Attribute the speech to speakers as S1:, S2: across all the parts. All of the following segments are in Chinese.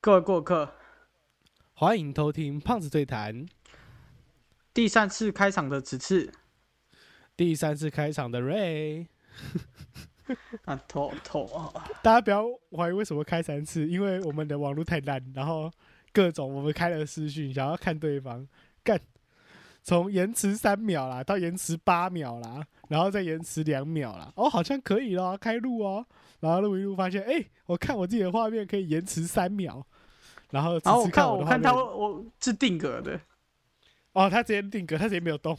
S1: 各位过客，
S2: 欢迎偷听胖子对谈
S1: 第三次开场的此次
S2: 第三次开场的 Ray。
S1: 啊，头头啊，
S2: 大家不要怀疑为什么开三次，因为我们的网络太烂，然后各种我们开了私讯想要看对方，干，从延迟三秒啦，到延迟八秒啦，然后再延迟两秒啦，哦，好像可以咯，开录哦，然后录一录发现，哎、我看我自己的画面可以延迟三秒，然后
S1: 然后
S2: 此
S1: 我
S2: 次
S1: 看
S2: 我
S1: 哦我
S2: 的画
S1: 看
S2: 面
S1: 他我是定格的，
S2: 哦，他直接定格，他直接没有动，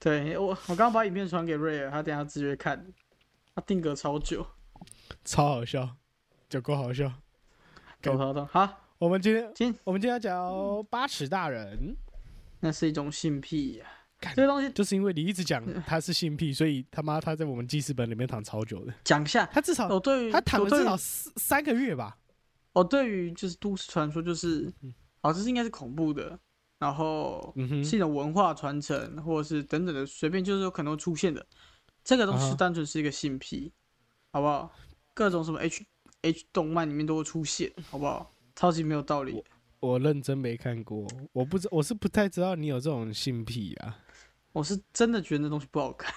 S1: 对我我刚刚把影片传给瑞尔，他等一下直接看，他定格超久，
S2: 超好笑，有够好笑。
S1: 头头头，好，
S2: 我们今天
S1: 今
S2: 我们今天要讲八尺大人，
S1: 那是一种性癖呀、
S2: 干
S1: 这个东西
S2: 就是因为你一直讲
S1: 嗯
S2: 他是性癖，所以他妈他在我们记事本里面躺超久的，
S1: 讲一下，
S2: 他至少
S1: 我哦对于
S2: 哦他躺
S1: 我
S2: 了至
S1: 对于
S2: 少四三个月吧。
S1: 我对于就是都市传说就是
S2: 嗯，
S1: 哦，这是应该是恐怖的，然后
S2: 嗯哼
S1: 是一种文化传承，或者是等等的，随便就是有可能会出现的。这个东
S2: 啊
S1: 西
S2: 哈
S1: 单纯是一个性癖，好不好？各种什么 H H 动漫里面都会出现，好不好？超级没有道理。
S2: 我认真没看过，我不知我是不太知道你有这种性癖啊。
S1: 我是真的觉得那东西不好看。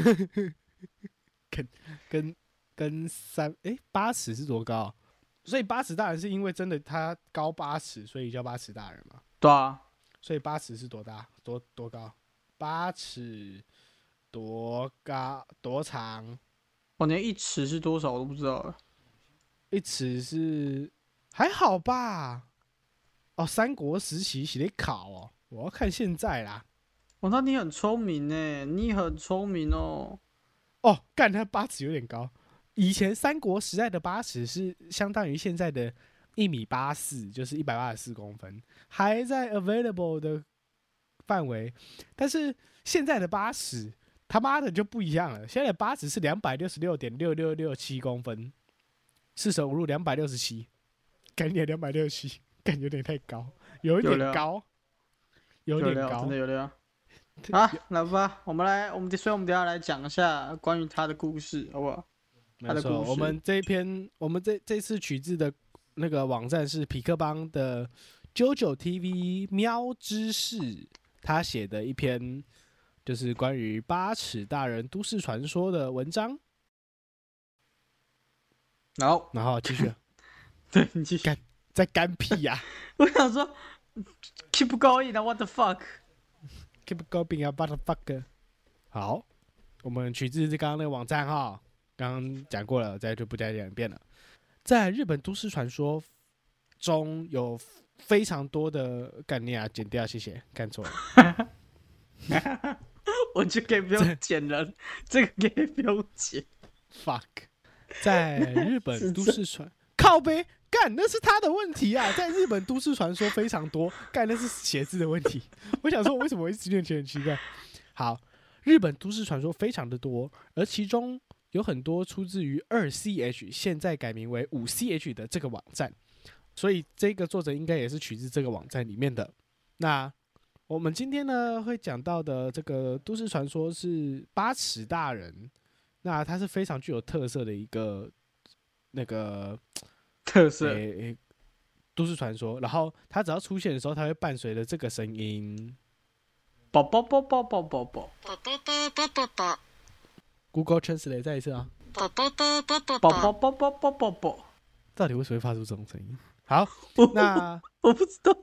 S2: 跟跟三诶，八尺是多高？所以八尺大人是因为真的他高八尺，所以叫八尺大人嘛。
S1: 对啊，
S2: 所以八尺是多大？多多高？八尺多高？多长？
S1: 我连一尺是多少我都不知道了。
S2: 一尺是还好吧？哦，三国时期写的考哦，我要看现在啦。
S1: 哇，哦那你很聪明呢，你很聪明哦。
S2: 哦，干，它八尺有点高。以前三国时代的八尺是相当于现在的一米八四，就是一百八十四公分，还在 available 的范围。但是现在的八尺，他妈的就不一样了。现在的八尺是两百六十六点六六六七公分，四舍五入两百六十七，感觉两百六十七， 感觉有点太高，有一
S1: 有
S2: 点
S1: 料
S2: 高，有
S1: 有
S2: 点
S1: 料，
S2: 高
S1: 真的。有 料。啊，来吧，我们来，我们所以我们等一下来讲一下关于他的故事，好不好？他
S2: 没
S1: 的
S2: 错，
S1: 故事
S2: 我们这一篇，我们这这次取自的那个网站是匹克邦的九九 TV 喵知识，他写的一篇就是关于八尺大人都市传说的文章，
S1: 然后，
S2: 然后继续
S1: 对你继续。
S2: 在干屁呀、
S1: 我想说，keep going 啊，what the fuck？
S2: k e e p going 啊，motherfucker。好，我们取自刚刚那个网站哈，刚刚讲过了，再就不再讲一遍了。在日本都市传说中有非常多的概念啊，剪掉，谢谢，看错了。
S1: 我就可以不用剪人，这个可以不用剪。
S2: fuck，在日
S1: 是
S2: 本都市传靠背干，那是他的问题啊！在日本都市传说非常多，干那是写字的问题。我想说，为什么我一直念起来很奇怪？好，日本都市传说非常的多，而其中有很多出自于二 ch，现在改名为五 ch 的这个网站，所以这个作者应该也是取自这个网站里面的。那我们今天呢会讲到的这个都市传说是八尺大人，那它是非常具有特色的一个那个
S1: 特色
S2: 诶诶都市传说。然后它只要出现的时候，它会伴随着这个声音。
S1: 宝宝宝宝宝宝宝
S2: Google Translate 再一次啊，
S1: 宝宝宝宝宝宝宝，
S2: 到底为什么会发出这种声音？好，那
S1: 我不知道。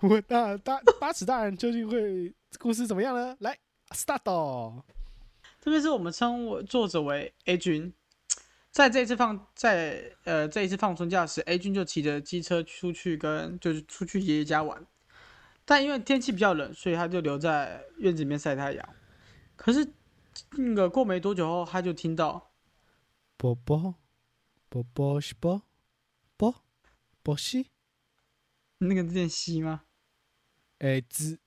S2: 我那大八尺大人究竟会故事怎么样呢？来，start 哦。
S1: 这边是我们称为作者为 A 君，在这一次放在呃这一次放春假时，A 君就骑着机车出去跟就是出去爷爷家玩，但因为天气比较冷，所以他就留在院子里面晒太阳。可是那个过没多久后，他就听到
S2: 波波波波是波波波西，
S1: 那个念西吗？
S2: 诶只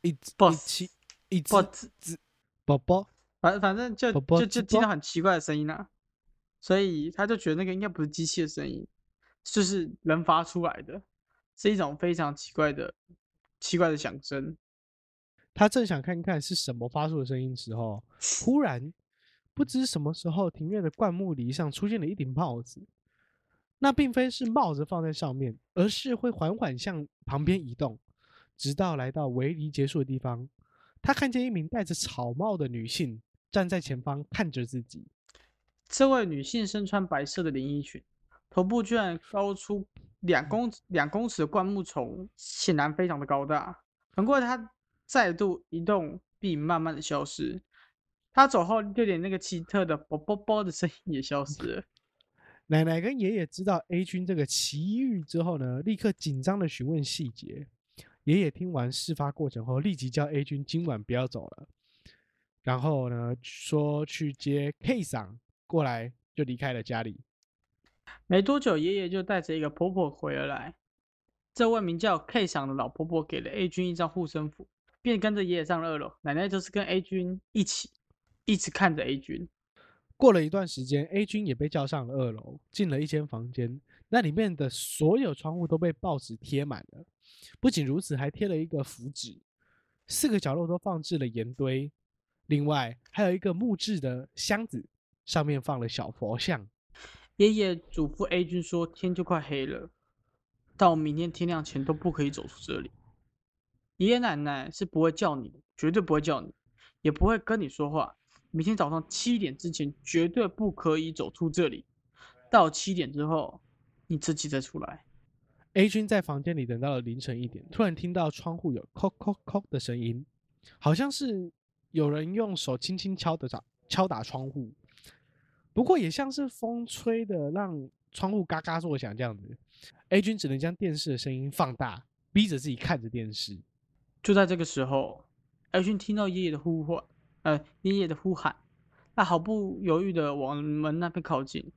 S2: 一只
S1: 波
S2: 一七一只
S1: 不 知，
S2: 波波
S1: 反反正就
S2: 宝宝
S1: 就就
S2: 直
S1: 听到
S2: 播
S1: 很奇怪的声音啦、啊所以他就觉得那个应该不是机器的声音，就是人发出来的，是一种非常奇怪的奇怪的响声。
S2: 他正想看看是什么发出的声音的时候，忽然不知什么时候，庭院的灌木篱上出现了一顶帽子。那并非是帽子放在上面，而是会缓缓向旁边移动，直到来到围篱结束的地方。他看见一名戴着草帽的女性站在前方看着自己。
S1: 这位女性身穿白色的连衣裙，头部居然高出两公两公尺的灌木丛，显然非常的高大。难怪她再度移动并慢慢的消失。她走后，就连那个奇特的啵啵啵的声音也消失了。
S2: 奶奶跟爷爷知道 A 君这个奇遇之后呢，立刻紧张的询问细节。爷爷听完事发过程后，立即叫 A 君今晚不要走了，然后呢说去接 K 桑过来，就离开了家里。
S1: 没多久，爷爷就带着一个婆婆回了来。这位名叫 K 赏的老婆婆给了 A 君一张护身符，便跟着爷爷上了二楼。奶奶就是跟 A 君一起，一直看着 A 君。
S2: 过了一段时间，A 君也被叫上了二楼，进了一间房间，那里面的所有窗户都被报纸贴满了。不仅如此，还贴了一个符纸，四个角落都放置了盐堆，另外还有一个木质的箱子，上面放了小佛像。
S1: 爷爷嘱咐 A 君说：“天就快黑了，到明天天亮前都不可以走出这里。爷爷奶奶是不会叫你的，绝对不会叫你，也不会跟你说话。明天早上七点之前绝对不可以走出这里，到七点之后你自己再出来。”
S2: A 君在房间里等到了凌晨一点，突然听到窗户有“叩叩叩”的声音，好像是有人用手轻轻敲的打敲打窗户，不过也像是风吹的，让窗户嘎嘎作响这样子。A 君只能将电视的声音放大，逼着自己看着电视。
S1: 就在这个时候，艾勋听到爷爷的呼唤，呃，爷爷的呼喊，他毫不犹豫地往门那边靠近。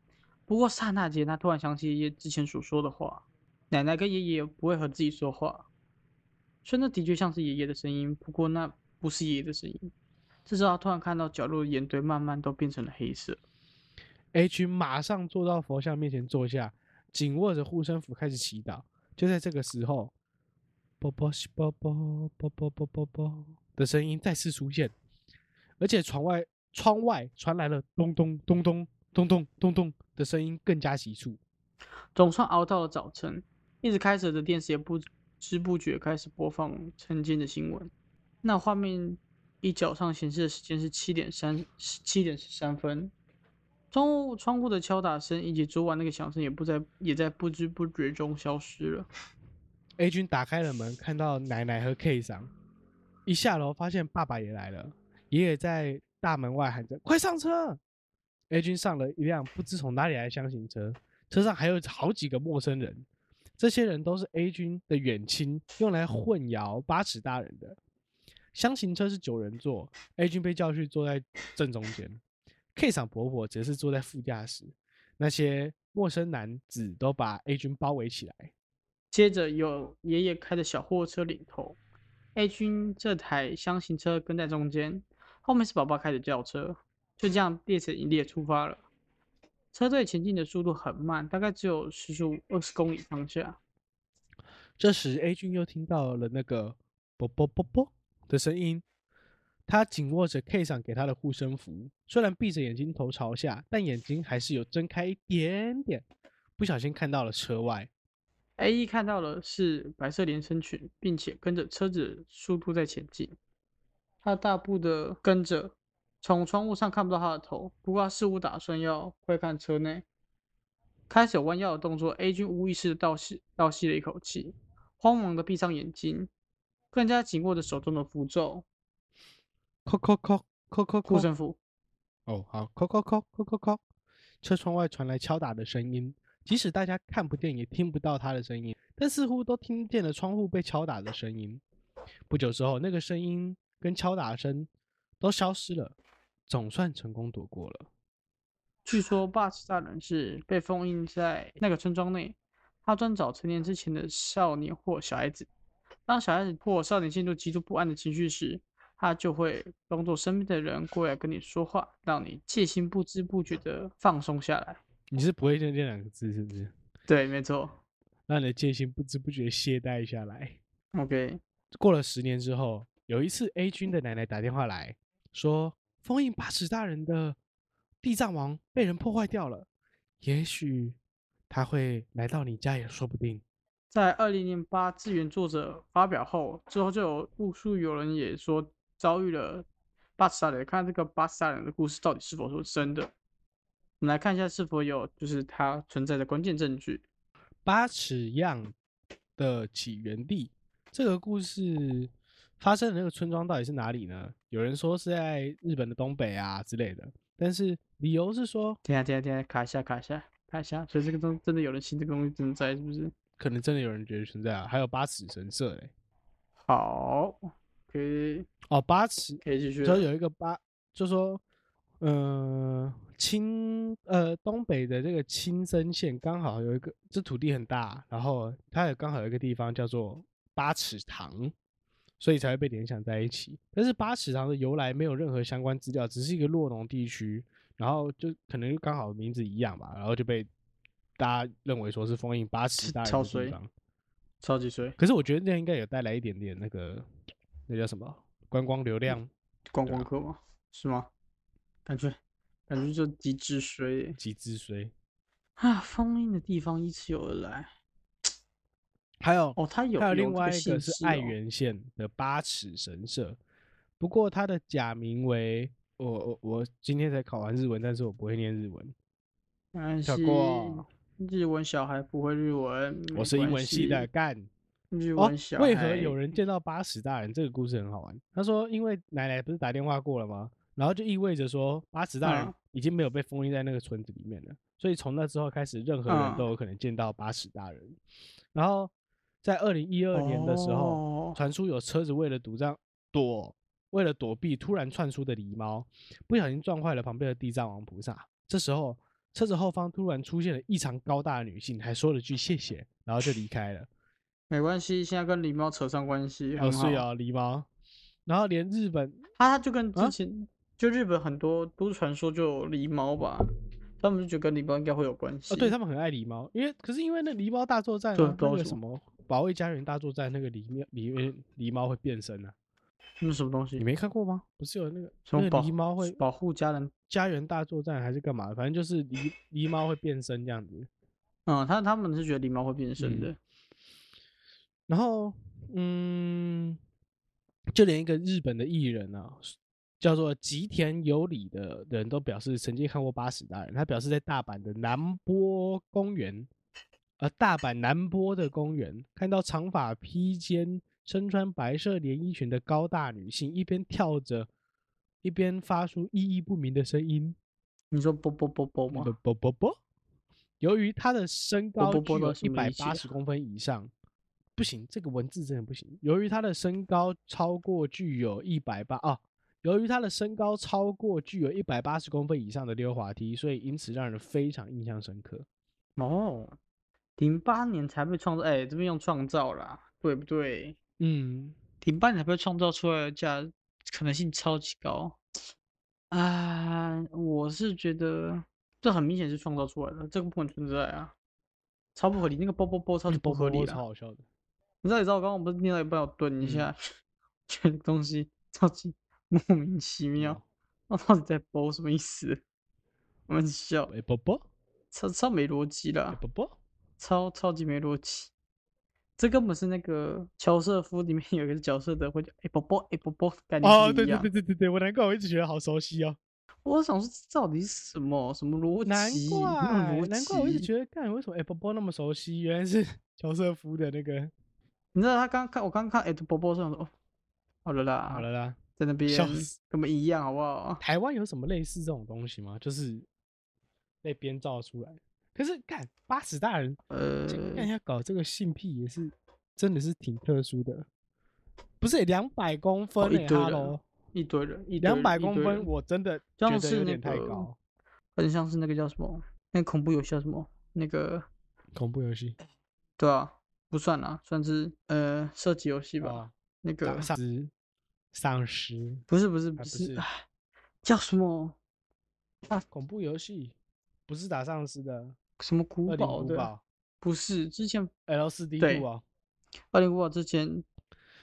S1: 不过刹那间，他突然想起爷爷之前所说的话：奶奶跟爷爷不会和自己说话。虽然那的确像是爷爷的声音，不过那不是爷爷的声音。这时候，他突然看到角落的岩堆慢慢都变成了黑色。
S2: H 哎马上坐到佛像面前坐下，紧握着护身符开始祈祷。就在这个时候，啵啵西啵啵啵啵啵啵啵的声音再次出现，而且窗外窗外传来了咚咚咚咚咚咚咚咚的声音，更加急促。
S1: 总算熬到了早晨，一直开着的电视也不知不觉开始播放晨间的新闻。那画面一角上显示的时间是七点三七点十三分。窗户窗户的敲打声以及昨晚那个响声也不在也在不知不觉中消失了。
S2: A 君打开了门，看到奶奶和 K 上，一下楼发现爸爸也来了，爷爷在大门外喊着：“快上车！” A 君上了一辆不知从哪里来的箱型车，车上还有好几个陌生人，这些人都是 A 君的远亲，用来混淆八尺大人的。箱型车是九人座，A 君被叫去坐在正中间，K 上婆婆则是坐在副驾驶。那些陌生男子都把 A 君包围起来。
S1: 接着有爷爷开的小货车领头，A 君这台箱型车跟在中间，后面是宝宝开的轿车。就这样，列车一列出发了。车队前进的速度很慢，大概只有时速二十公里上下。
S2: 这时，A 君又听到了那个“啵啵啵啵”的声音。他紧握着 K 上给他的护身符，虽然闭着眼睛头朝下，但眼睛还是有睁开一点点，不小心看到了车外。
S1: A 一看到了是白色连身裙，并且跟着车子的速度在前进。他大步的跟着，从窗户上看不到他的头，不过他似乎打算要窥看车内。开始有弯腰的动作，A 君无意识的倒吸倒吸了一口气，慌忙的闭上眼睛，更加紧握着手中的符咒
S2: 扣扣扣扣扣
S1: 护
S2: 扣！
S1: 身符。
S2: 哦，好，扣扣扣扣扣扣！车窗外传来敲打的声音，即使大家看不见也听不到他的声音，但似乎都听见了窗户被敲打的声音。不久之后，那个声音跟敲打声都消失了，总算成功躲过了。
S1: 据说霸气大人是被封印在那个村庄内，他专找成年之前的少年或小孩子。当小孩子或少年陷入极度不安的情绪时，他就会装作身边的人过来跟你说话，让你戒心不知不觉的放松下来。
S2: 你是不会念这两个字是不是？
S1: 对，没错。
S2: 让你的戒心不知不觉懈怠下来。
S1: OK，
S2: 过了十年之后，有一次 A 君的奶奶打电话来说，封印八尺大人的地藏王被人破坏掉了，也许他会来到你家也说不定。
S1: 在二零零八志愿作者发表后，之后就有无数有人也说遭遇了巴斯达人。看这个巴斯达人的故事到底是否是真的？我们来看一下是否有就是它存在的关键证据。
S2: 八尺样的起源地，这个故事发生的那个村庄到底是哪里呢？有人说是在日本的东北啊之类的，但是理由是说
S1: 等一下等一下等一下，卡一下卡一下卡一下。所以这个东真的有人信这个东西存在是不是？
S2: 可能真的有人觉得存在啊，还有八尺神社嘞、
S1: 好，可以
S2: 哦，八尺
S1: 可以继续
S2: 就
S1: 了。
S2: 有一个八，就说，呃，青呃东北的这个青森县刚好有一个，这土地很大，然后它也刚好有一个地方叫做八尺堂，所以才会被联想在一起。但是八尺堂的由来没有任何相关资料，只是一个洛农地区，然后就可能就刚好名字一样吧，然后就被大家认为说是封印八尺
S1: 是
S2: 大人
S1: 超
S2: 的地
S1: 衰
S2: 方。
S1: 超级衰，
S2: 可是我觉得那应该有带来一点点那个，那叫什么观光流量
S1: 观光客吗？是吗？啊感觉感觉就极致衰耶
S2: 及之衰。
S1: 啊！封印的地方依次有而来。
S2: 还有
S1: 哦，它有
S2: 还有
S1: 这
S2: 另外一
S1: 姓
S2: 个是
S1: 氏
S2: 爱
S1: 哦
S2: 媛县的八尺神社，不过它的假名为我我我今天才考完日文，但是我不会念日文，
S1: 没关
S2: 跳
S1: 系
S2: 过
S1: 日文小孩不会日文，
S2: 我
S1: 没
S2: 是英
S1: 关
S2: 文系的
S1: 系。
S2: 干。
S1: 日
S2: 哦
S1: 文小，孩、
S2: 为何有人见到八尺大人？这个故事很好玩。他说，因为奶奶不是打电话过了吗？然后就意味着说，八尺大人
S1: 嗯
S2: 已经没有被封印在那个村子里面了。所以从那之后开始，任何人
S1: 嗯
S2: 都有可能见到八尺大人。然后在二零一二年的时候，
S1: 哦
S2: 传出有车子为了堵障躲，为了躲避突然窜出的狸猫，不小心撞坏了旁边的地藏王菩萨。这时候，车子后方突然出现了异常高大的女性，还说了句谢谢，然后就离开了。
S1: 没关系，现在跟狸猫扯上关系，
S2: 哦，
S1: 很
S2: 是
S1: 好
S2: 哦，狸猫。然后连日本
S1: 它它就跟之
S2: 啊
S1: 前、就日本很多都市传说就有狸猫吧，他们就觉得跟狸猫应该会有关系。
S2: 哦，对他们很爱狸猫，因为可是因为那狸猫大作战、
S1: 对
S2: 啊，
S1: 不知
S2: 那
S1: 道为
S2: 个
S1: 什
S2: 什么保卫家园大作战，那个狸面里面狸猫会变身啊，
S1: 那什么东
S2: 你
S1: 西？
S2: 没看过吗？不是有那个
S1: 什
S2: 那
S1: 么
S2: 个
S1: 保
S2: 狸猫会
S1: 保护家人？
S2: 家园大作战还是干嘛？反正就是狸狸猫会变身这样子。
S1: 嗯，他他们是觉得狸猫会变身
S2: 嗯
S1: 的。
S2: 然后，嗯，就连一个日本的艺人啊，叫做吉田有里的人都表示曾经看过八十大人。他表示在大阪的南波公园，呃，大阪南波的公园看到长发披肩、身穿白色连衣裙的高大女性，一边跳着，一边发出意义不明的声音。
S1: 你说啵啵啵啵吗
S2: 不？不不不，由于他的身高
S1: 不
S2: 具
S1: 不
S2: 有
S1: 到什
S2: 一
S1: 么
S2: 百
S1: 意思
S2: 八十公分以上，不行，这个文字真的不行。由于他的身高超过具有一百八啊，由于他的身高超过具有一百八十公分以上的溜滑梯，所以因此让人非常印象深刻。
S1: 哦，零八年才被创造，哎、这边用创造啦，对不对？
S2: 嗯，
S1: 零八年才被创造出来的价，可能性超级高。啊，我是觉得这很明显是创造出来的，这个不可能存在啊，超不合理。那个啵啵啵超级不合理
S2: 波
S1: 的。
S2: 超好笑的。
S1: 你知道，你知道我刚刚不是念到一半，我顿一
S2: 嗯
S1: 下，这个东西超级莫名其妙
S2: 哦，
S1: 我到底在啵什么意思？ 我们笑，
S2: 哎，波波，
S1: 超超没逻辑的
S2: 哎，
S1: 啊。
S2: 波波，
S1: 超超级没逻辑。这根本是那个乔瑟夫里面有一个角色的，会叫哎宝宝哎宝宝，感觉
S2: 哦，
S1: 是
S2: 对
S1: 一
S2: 对
S1: 样
S2: 对对对对，我难怪我一直觉得好熟悉哦。
S1: 我想说这到底是什么什么逻
S2: 难
S1: 辑？
S2: 怪，难怪我一
S1: 得，
S2: 直觉得，干为什么哎波波那么熟悉？原来是 乔瑟夫的那个。
S1: 你知道他刚看我刚看哎宝宝上说哦，好了啦，
S2: 好了，啦，
S1: 在那边
S2: 笑死
S1: 跟我们一样好不 好？
S2: 台湾有什么类似这种东西吗？就是被编造出来。可是干八尺大人，
S1: 呃，
S2: 干要搞这个性癖也是真的是挺特殊的。不是两百公分、
S1: 哦一
S2: 欸，
S1: 堆
S2: 哈
S1: 人
S2: 喽，
S1: 一堆人，一堆
S2: 两
S1: 人
S2: 百
S1: 一
S2: 公
S1: 堆
S2: 分，
S1: 人
S2: 我真的
S1: 像
S2: 觉得
S1: 是
S2: 有
S1: 那
S2: 点太
S1: 个
S2: 高。
S1: 很像是那个叫什么，那个恐怖游戏叫什么？那个
S2: 恐怖游戏
S1: 对啊，不算啦，算是呃射击游戏吧。
S2: 哦
S1: 那个
S2: 丧尸，丧尸，
S1: 不是不是
S2: 啊
S1: 不
S2: 不
S1: 是
S2: 是，
S1: 唉叫什么
S2: 恐怖游戏不是打丧尸的，
S1: 什么
S2: 二
S1: 古
S2: 零
S1: 堡
S2: 古
S1: 的？
S2: 堡
S1: 不是，之前
S2: L 四 D
S1: 对
S2: 2哦。
S1: 二零古堡之前，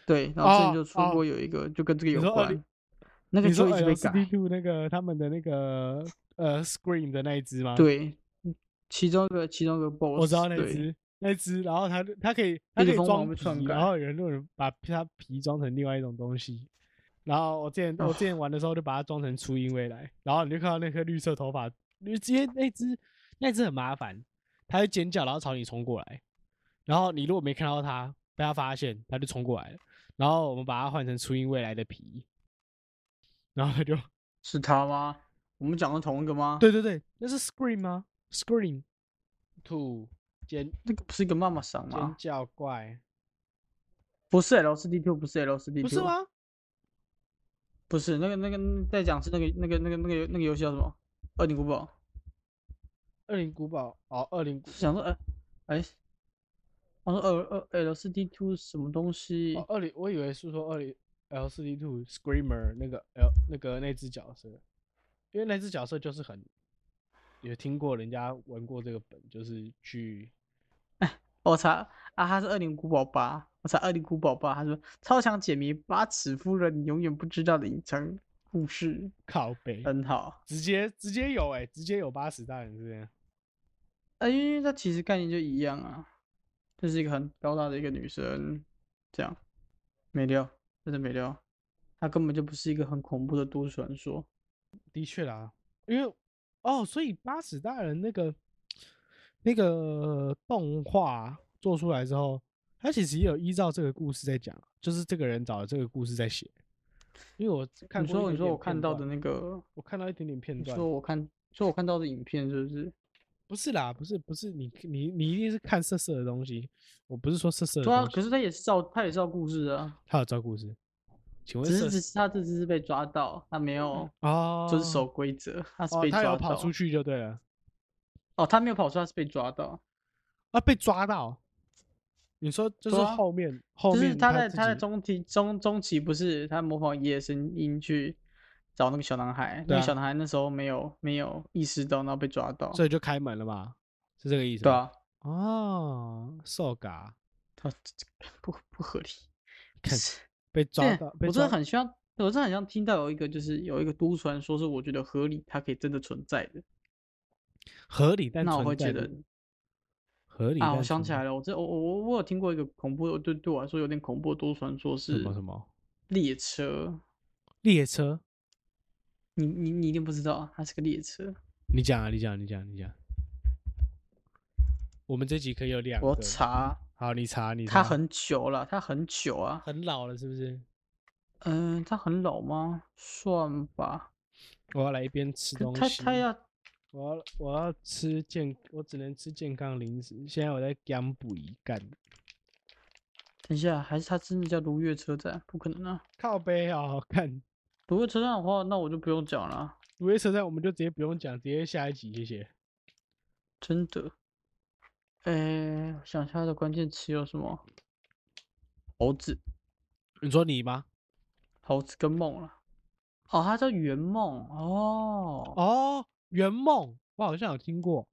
S1: 对，然后之前
S2: 哦
S1: 就出
S2: 哦
S1: 过有一个，就跟这个
S2: 你
S1: 有
S2: 说20
S1: 关，那个
S2: 你说
S1: 就一直被
S2: L 四 D
S1: 改，
S2: Two 那个他们的那个呃 Screen 的那一只吗？
S1: 对，其中一个其中一个 BOSS，
S2: 我知道那
S1: 对
S2: 只那只，然后它它可以它
S1: 一
S2: 可
S1: 直
S2: 以
S1: 疯
S2: 装
S1: 狂被篡
S2: 皮，然
S1: 改
S2: 后有很多人把它皮装成另外一种东西。然后我之前我之前玩的时候就把它装成初音未来，然后你就看到那颗绿色头发，直接那只那只很麻烦，它会尖叫，然后朝你冲过来，然后你如果没看到它，被它发现，它就冲过来了。然后我们把它换成初音未来的皮，然后它就是
S1: 他吗？我们讲的同一个吗？，
S2: 对对对，那是 scream 吗？scream two 尖
S1: 那个不是一个妈妈桑
S2: 尖
S1: 吗？
S2: 叫怪，
S1: 不是 LCD Two，不是 LCD Two，
S2: 不是？吗？
S1: 不是那个那个在讲是那个那个那个那个那个游戏叫什么？二零古堡。
S2: 二零古堡哦，二零古
S1: 想说，哎、哎，我说二二 LCD Two 什么东西？
S2: 哦，二零，我以为是说二零 L 四 D two screamer 那个 L 那个那只角色，因为那只角色就是很有听过人家玩过这个本，就是去
S1: 我查啊，他是二零古堡八，我查二零古堡八，他说超强解谜八尺夫人你永远不知道的隐藏故事，
S2: 靠背，
S1: 很好。
S2: 直接直接有哎、直接有八十大人这样。
S1: 啊，因为它其实概念就一样啊，就是一个很高大的一个女生，这样没料，真的没料，它根本就不是一个很恐怖的都市传说。
S2: 的确啦，因为哦，所以八尺大人那个那个动画做出来之后，他其实也有依照这个故事在讲，啊就是这个人找了这个故事在写。因为我看
S1: 你
S2: 过一
S1: 说，你
S2: 点
S1: 说我
S2: 点
S1: 看
S2: 片
S1: 到的
S2: 段
S1: 那个，
S2: 我看到一点点片
S1: 你
S2: 段，
S1: 说我看，你说我看到的影片是不是？
S2: 不是啦，不是不是你你你一定是看色色的东西，我不是说色色的
S1: 对啊，
S2: 东西，
S1: 可是它也是照，它也是照故事的啊，
S2: 他有照故事，请问
S1: 只是
S2: 色
S1: 只是它这次是被抓到，它没有
S2: 哦
S1: 遵守规则，它是
S2: 哦
S1: 被，
S2: 他有
S1: 抓
S2: 跑
S1: 到
S2: 出。去就对了
S1: 哦，它没有跑出来，它是被抓到，
S2: 啊，被抓到，你说就是
S1: 对啊
S2: 后面、后
S1: 就
S2: 面
S1: 是它在
S2: 自
S1: 它在
S2: 己
S1: 中期中中期不是它模仿野声音去找那个小男孩，那
S2: 对啊
S1: 个小男孩那时候没有没有意识到，然后被抓到。
S2: 所以就开门了嘛，是这个意思？
S1: 对，啊，
S2: 哦，受嘎，
S1: 他不不合理。
S2: 看被抓
S1: 对
S2: 到，被
S1: 我真
S2: 抓
S1: 的很希望，我真的很想听到有一个就是有一个都市传说是我觉得合理，它可以真的存在的，
S2: 合理，但
S1: 那我
S2: 存
S1: 会
S2: 在
S1: 觉
S2: 的
S1: 得
S2: 合理
S1: 啊，
S2: 但
S1: 我想
S2: 存
S1: 起
S2: 在
S1: 来了，我这我我我有听过一个恐怖的，对对我来说有点恐怖的都市传说
S2: 什
S1: 是
S2: 么什么
S1: 列车，
S2: 列车，
S1: 你你你一定不知道，啊它是个列车。
S2: 你讲啊，你讲，你讲，你讲，我们这集可以有两
S1: 我
S2: 个，
S1: 查
S2: 好，你查，你
S1: 它
S2: 查
S1: 很久了，它很久啊，
S2: 很老了，是不是？
S1: 嗯、它很老吗？算吧，
S2: 我要来一边吃
S1: 可
S2: 东
S1: 它
S2: 西，
S1: 它要
S2: 我要我要吃健，我只能吃健康零食。现在我在干补一干，
S1: 等一下，还是它真的叫如月车站？不可能啊！
S2: 靠背哦好好看。
S1: 如月车站的话，那我就不用讲了啊，
S2: 五月车站我们就直接不用讲，直接下一集，谢谢。
S1: 真的。诶，我想一下它的关键词有什么？猴子，
S2: 你说你吗？
S1: 猴子跟梦了。哦，它叫圆梦哦
S2: 哦，圆梦，我好像有听过。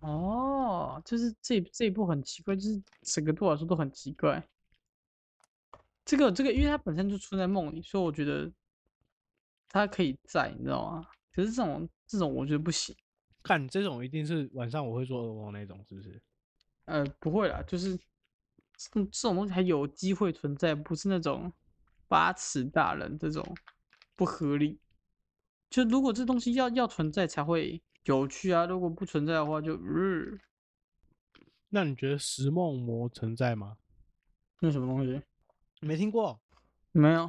S1: 哦，就是这这一部很奇怪，就是整个对我来说都很奇怪。这个这个，因为它本身就出在梦里，所以我觉得它可以在，你知道吗？可是这种这种我觉得不行。
S2: 看这种一定是晚上我会做噩梦那种，是不是？
S1: 呃，不会啦，就是这种这种东西还有机会存在，不是那种八尺大人这种不合理。就如果这东西要要存在才会有趣啊，如果不存在的话就，嗯，
S2: 那你觉得食梦魔存在吗？
S1: 那什么东西？
S2: 没听过，
S1: 没有，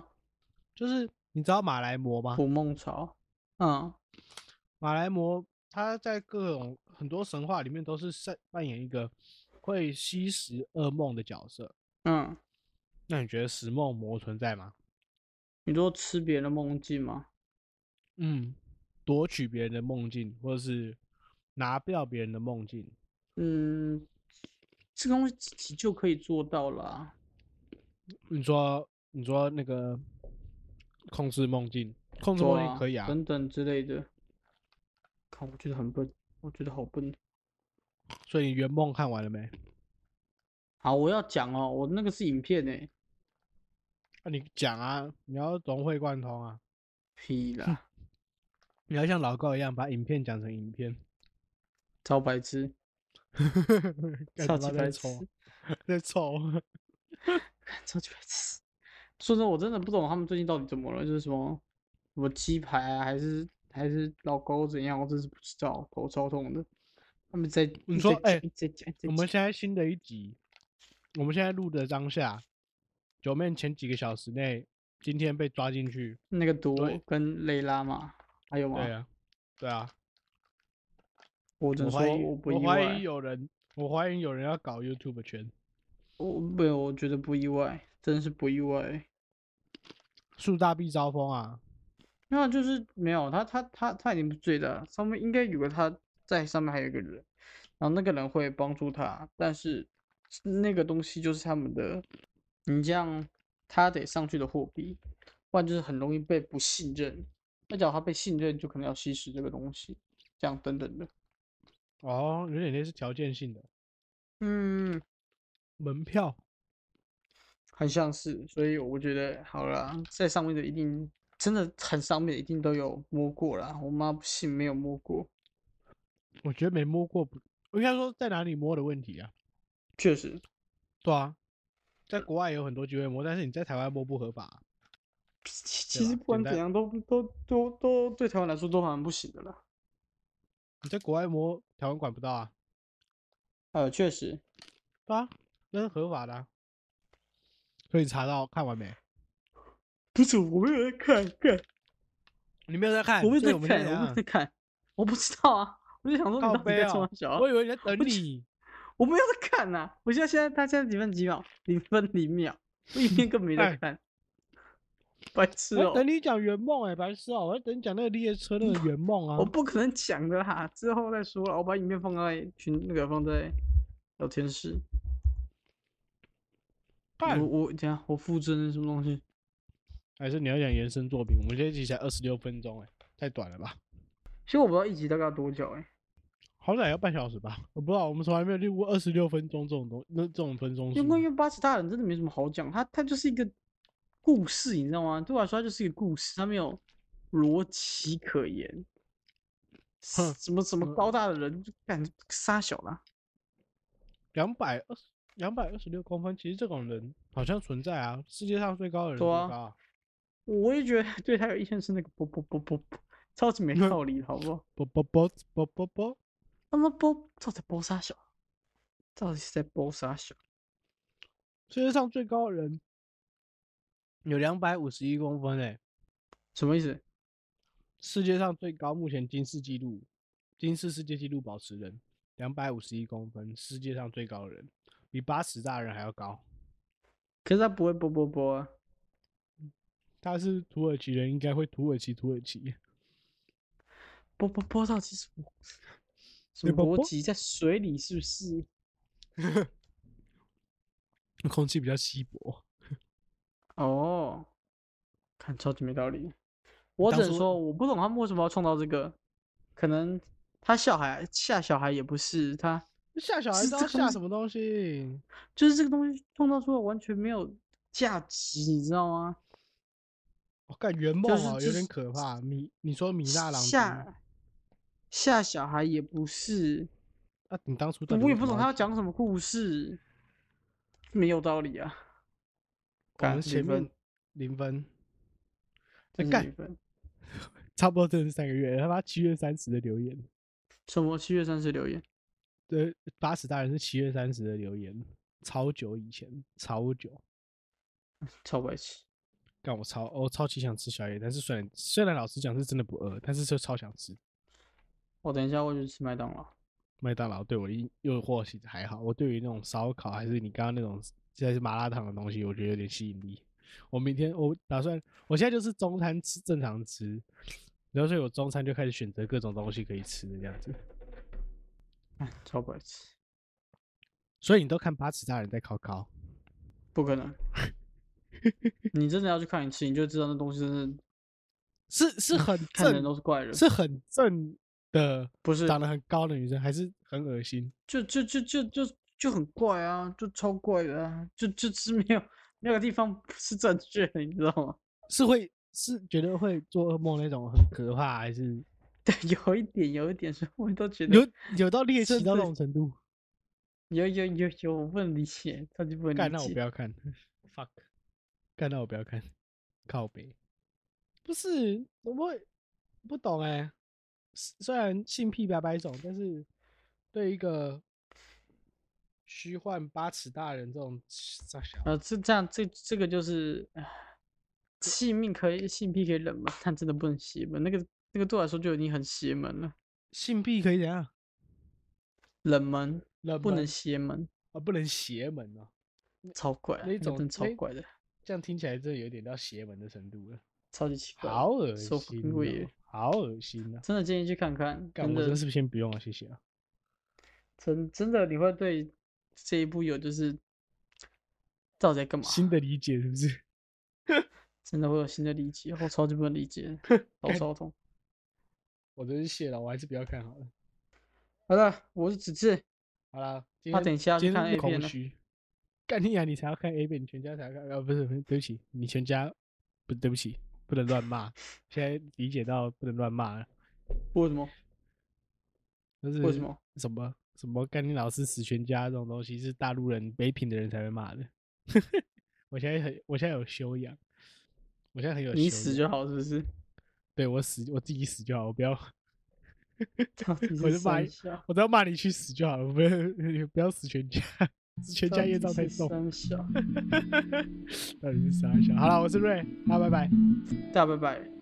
S2: 就是你知道马来魔吗？
S1: 捕梦潮，嗯，
S2: 马来貘他在各种很多神话里面都是扮扮演一个会吸食噩梦的角色。
S1: 嗯，
S2: 那你觉得食梦魔存在吗？
S1: 你说吃别人的梦境吗？
S2: 嗯，夺取别人的梦境，或者是拿掉别人的梦境。
S1: 嗯，这个东西自己就可以做到啊啦。
S2: 你说，你说那个控制梦境，控制
S1: 对
S2: 梦境
S1: 啊
S2: 可以啊？
S1: 等等之类的。看，我觉得很笨，我觉得好笨。
S2: 所以你圆梦看完了没？啊
S1: 好，我要讲哦，我那个是影片欸诶，
S2: 那、你讲啊，你要融会贯通啊，
S1: 屁啦，
S2: 你要像老高一样把影片讲成影片。
S1: 超白痴，
S2: 干
S1: 超
S2: 他
S1: 级
S2: 妈在
S1: 白痴，
S2: 抽，在抽。
S1: 超级白痴。说真的，我真的不懂他们最近到底怎么了，就是什么什么鸡排啊，还是还是老狗怎样，我真是不知道，头超痛的。他们在
S2: 你说哎
S1: 在讲，
S2: 我们现在新的一集，我们现在录的当下，九妹前几个小时内，今天被抓进去。
S1: 那个毒
S2: 对
S1: 跟蕾拉嘛，还有吗？
S2: 对啊，对啊，
S1: 我只
S2: 我
S1: 能
S2: 怀
S1: 说
S2: 疑，
S1: 不意
S2: 我怀
S1: 外
S2: 疑，有人，我怀疑有人要搞 YouTube 圈，
S1: 我没有，我觉得不意外，真是不意外。
S2: 树大必招风啊。
S1: 没有，就是没有他，他他他已经不醉了，上面应该有个他在上面还有一个人，然后那个人会帮助他，但是那个东西就是他们的，你这样他得上去的货币，不然就是很容易被不信任。那假如他被信任，就可能要吸食这个东西，这样等等的。
S2: 哦，有点类似条件性的
S1: 嗯，
S2: 门票。
S1: 很像是，所以我觉得好啦，在上面的一定真的很上面的一定都有摸过啦，我妈不信没有摸过，
S2: 我觉得没摸过不，我应该说在哪里摸的问题啊。
S1: 确实
S2: 对啊，在国外有很多机会摸，但是你在台湾摸不合法啊、
S1: 其
S2: 对
S1: 其实
S2: 吧
S1: 不管
S2: 简
S1: 怎
S2: 单
S1: 样都都都都对台湾来说都蛮不行的啦。
S2: 你在国外摸，台湾管不到啊。
S1: 呃，确实，
S2: 对啊，那是合法的、啊。所以你查到看完没？
S1: 不是我没有在看，看
S2: 你没有在看啊
S1: 我没有
S2: 哎所以
S1: 在
S2: 我们
S1: 看，我没有
S2: 讲
S1: 在看，我不知道啊，我就想说你
S2: 靠
S1: 到底
S2: 背
S1: 在
S2: 哦
S1: 冲啥小啊
S2: 我以为你在等
S1: 我只
S2: 你。
S1: 我没有在看呐、我现在现在他现在几分几秒？零分零秒，我一 天更没在
S2: 哎
S1: 看， 白痴
S2: 我
S1: 哦、
S2: 在等你讲圆梦哎，白痴哦、我在等你讲那个列车那个圆梦
S1: 我
S2: 啊。
S1: 不可能讲的啦，之后再说了。我把影片放在群那个放在聊天室。
S2: 干
S1: 我我等一下我复制那什么东西？
S2: 还是你要讲延伸作品？我们这一集才二十六分钟哎、太短了吧？
S1: 其实我不知道一集大概要多久哎、
S2: 好歹要半小时吧？我不知道，我们从来没有录过二十六分钟这种东那这种分钟数。
S1: 因为因为八十大人真的没什么好讲，他他就是一个故事，你知道吗？对我来说，他就是一个故事，他没有逻辑可言。
S2: 哼
S1: 什么什么
S2: 嗯
S1: 高大的人就感觉傻小啦，
S2: 两百二十两百二十六公分，其实这种人好像存在啊，世界上最高的人
S1: 对
S2: 多高
S1: 啊
S2: 啊？
S1: 我也觉得对他有印象是那个啵啵啵啵啵，超级没
S2: 嗯
S1: 道理的，好不 好？
S2: 啵啵啵啵啵啵，
S1: 他们播到底在播啥小？到底是在播啥小？
S2: 世界上最高的人有两百五十一公分哎、
S1: 什么意思？
S2: 世界上最高目前金氏纪录，金氏世界纪录保持人，两百五十一公分，世界上最高的人，比八十大人还要高。
S1: 可是他不会播播播啊，
S2: 他是土耳其人，应该会土耳其土耳其。
S1: 播播播到其实我什
S2: 对
S1: 么逻
S2: 播播
S1: 辑在水里是不是？
S2: 空气比较稀薄，
S1: 哦，看超级没道理。我只
S2: 当
S1: 能
S2: 初
S1: 说我不懂他们为什么要创造这个，可能他小孩吓小孩也不是他，
S2: 吓小孩
S1: 是
S2: 知道
S1: 这个东
S2: 吓
S1: 西
S2: 什么东西？
S1: 就是这个东西创造出来完全没有价值，你知道吗？
S2: 我感圆梦
S1: 就是
S2: 啊，
S1: 就
S2: 有点
S1: 是
S2: 可怕。米，你说米娜朗读
S1: 吓吓小孩也不是，
S2: 啊，你当初到底
S1: 我也
S2: 为
S1: 不
S2: 什
S1: 懂
S2: 么
S1: 他
S2: 要
S1: 要讲什么故事，没有道理啊。
S2: 我
S1: 干
S2: 们前
S1: 零分
S2: 面零分，
S1: 真
S2: 在
S1: 是
S2: 哎干
S1: 零分。
S2: 差不多真的是三个月，他妈七月三十的留言，
S1: 什么？七月三十留言？
S2: 对，八十大人是七月三十的留言，超久以前，超久。
S1: 超白痴！
S2: 干我超我超级想吃宵夜，但是虽然虽然老实讲是真的不饿，但是就超想吃
S1: 我等一下我去吃麦当劳。
S2: 麦当劳。对我一诱惑其实还好，我对于那种烧烤还是你刚刚那种现在是麻辣烫的东西，我觉得有点吸引力。我明天我打算，我现在就是中餐吃正常吃，然后所以我中餐就开始选择各种东西可以吃的这样子。
S1: 哎，超白痴！
S2: 所以你都看八尺大人在烤烤，
S1: 不可 能！你真的要去看一次，你就知道那东西真的
S2: 是是很
S1: 嗯看人
S2: 正，
S1: 都是怪人。
S2: 是很正的，
S1: 不是
S2: 长得很高的女生，还是很恶心。
S1: 就就就就就就很怪啊，就超怪的啊，就就是没有那个地方不是正确的，你知道吗？
S2: 是会是觉得会做噩梦那种很可怕，还是
S1: 对，有一点，有一点是，我都觉得
S2: 有有到猎奇
S1: 甚
S2: 到那
S1: 至
S2: 种程度，
S1: 有有有有，我不能理解，超级不能
S2: 干
S1: 理
S2: 那我不
S1: 解。
S2: 要看 ，fuck，干那我不要看，靠北，不是我不懂哎、虽虽然性癖百百种，但是对一个虚幻八尺大人这种傻小，
S1: 呃，这这样这这个就是，唉性命可以性癖可以忍嘛，但真的不能邪门。那个那个对我来说就已经很邪门了，
S2: 性癖可以怎样？
S1: 冷门
S2: 冷
S1: 不能
S2: 门
S1: 邪门，
S2: 啊，不能邪门哦、
S1: 超怪啊，
S2: 那
S1: 那个
S2: 种
S1: 真的超
S2: 那
S1: 怪的，
S2: 这样听起来真的有点到邪门的程度了，
S1: 超级奇怪的，
S2: 好恶
S1: So
S2: 心、
S1: fucking
S2: 哦
S1: weird，
S2: 好恶心啊！
S1: 真的建议去看看，
S2: 干，
S1: 真
S2: 我真
S1: 的
S2: 是先不用了，谢谢啊。
S1: 真真的你会对这一部有就是到底在干嘛，
S2: 新的理解是不是？
S1: 真的会有新的理解，我超级不能理 解，头
S2: 干
S1: 超痛。
S2: 我真是谢了，我还是不要看好了。
S1: 好的，我是子志，
S2: 好啦，今
S1: 他
S2: 天
S1: 等一下要
S2: 今
S1: 去看
S2: 天那么
S1: A 片
S2: 空
S1: 了。
S2: 虚，干你啊！你才要看 A 片，你全家才要看啊？不是，不是对不起，你全家不对不起，不能 乱骂。现在理解到不能乱骂了，
S1: 为什么？
S2: 就是
S1: 为什么？
S2: 什么什么干你老师死全家这种东西是大陆人北品的人才会骂的。 我现在很，我现在有修养，我现在 很有修养。
S1: 你死就好，是不 是？
S2: 对我死，我自己死就好，我不要。
S1: 到底
S2: 我
S1: 是
S2: 是骂
S1: 三
S2: 你
S1: 小，
S2: 我都要骂你去死就好了，不要 不要死全家， 死全
S1: 到
S2: 家业
S1: 底
S2: 障太
S1: 是
S2: 重。
S1: 三 小，
S2: 到底是啥小？好了，我是瑞，大家拜拜。
S1: 大拜拜。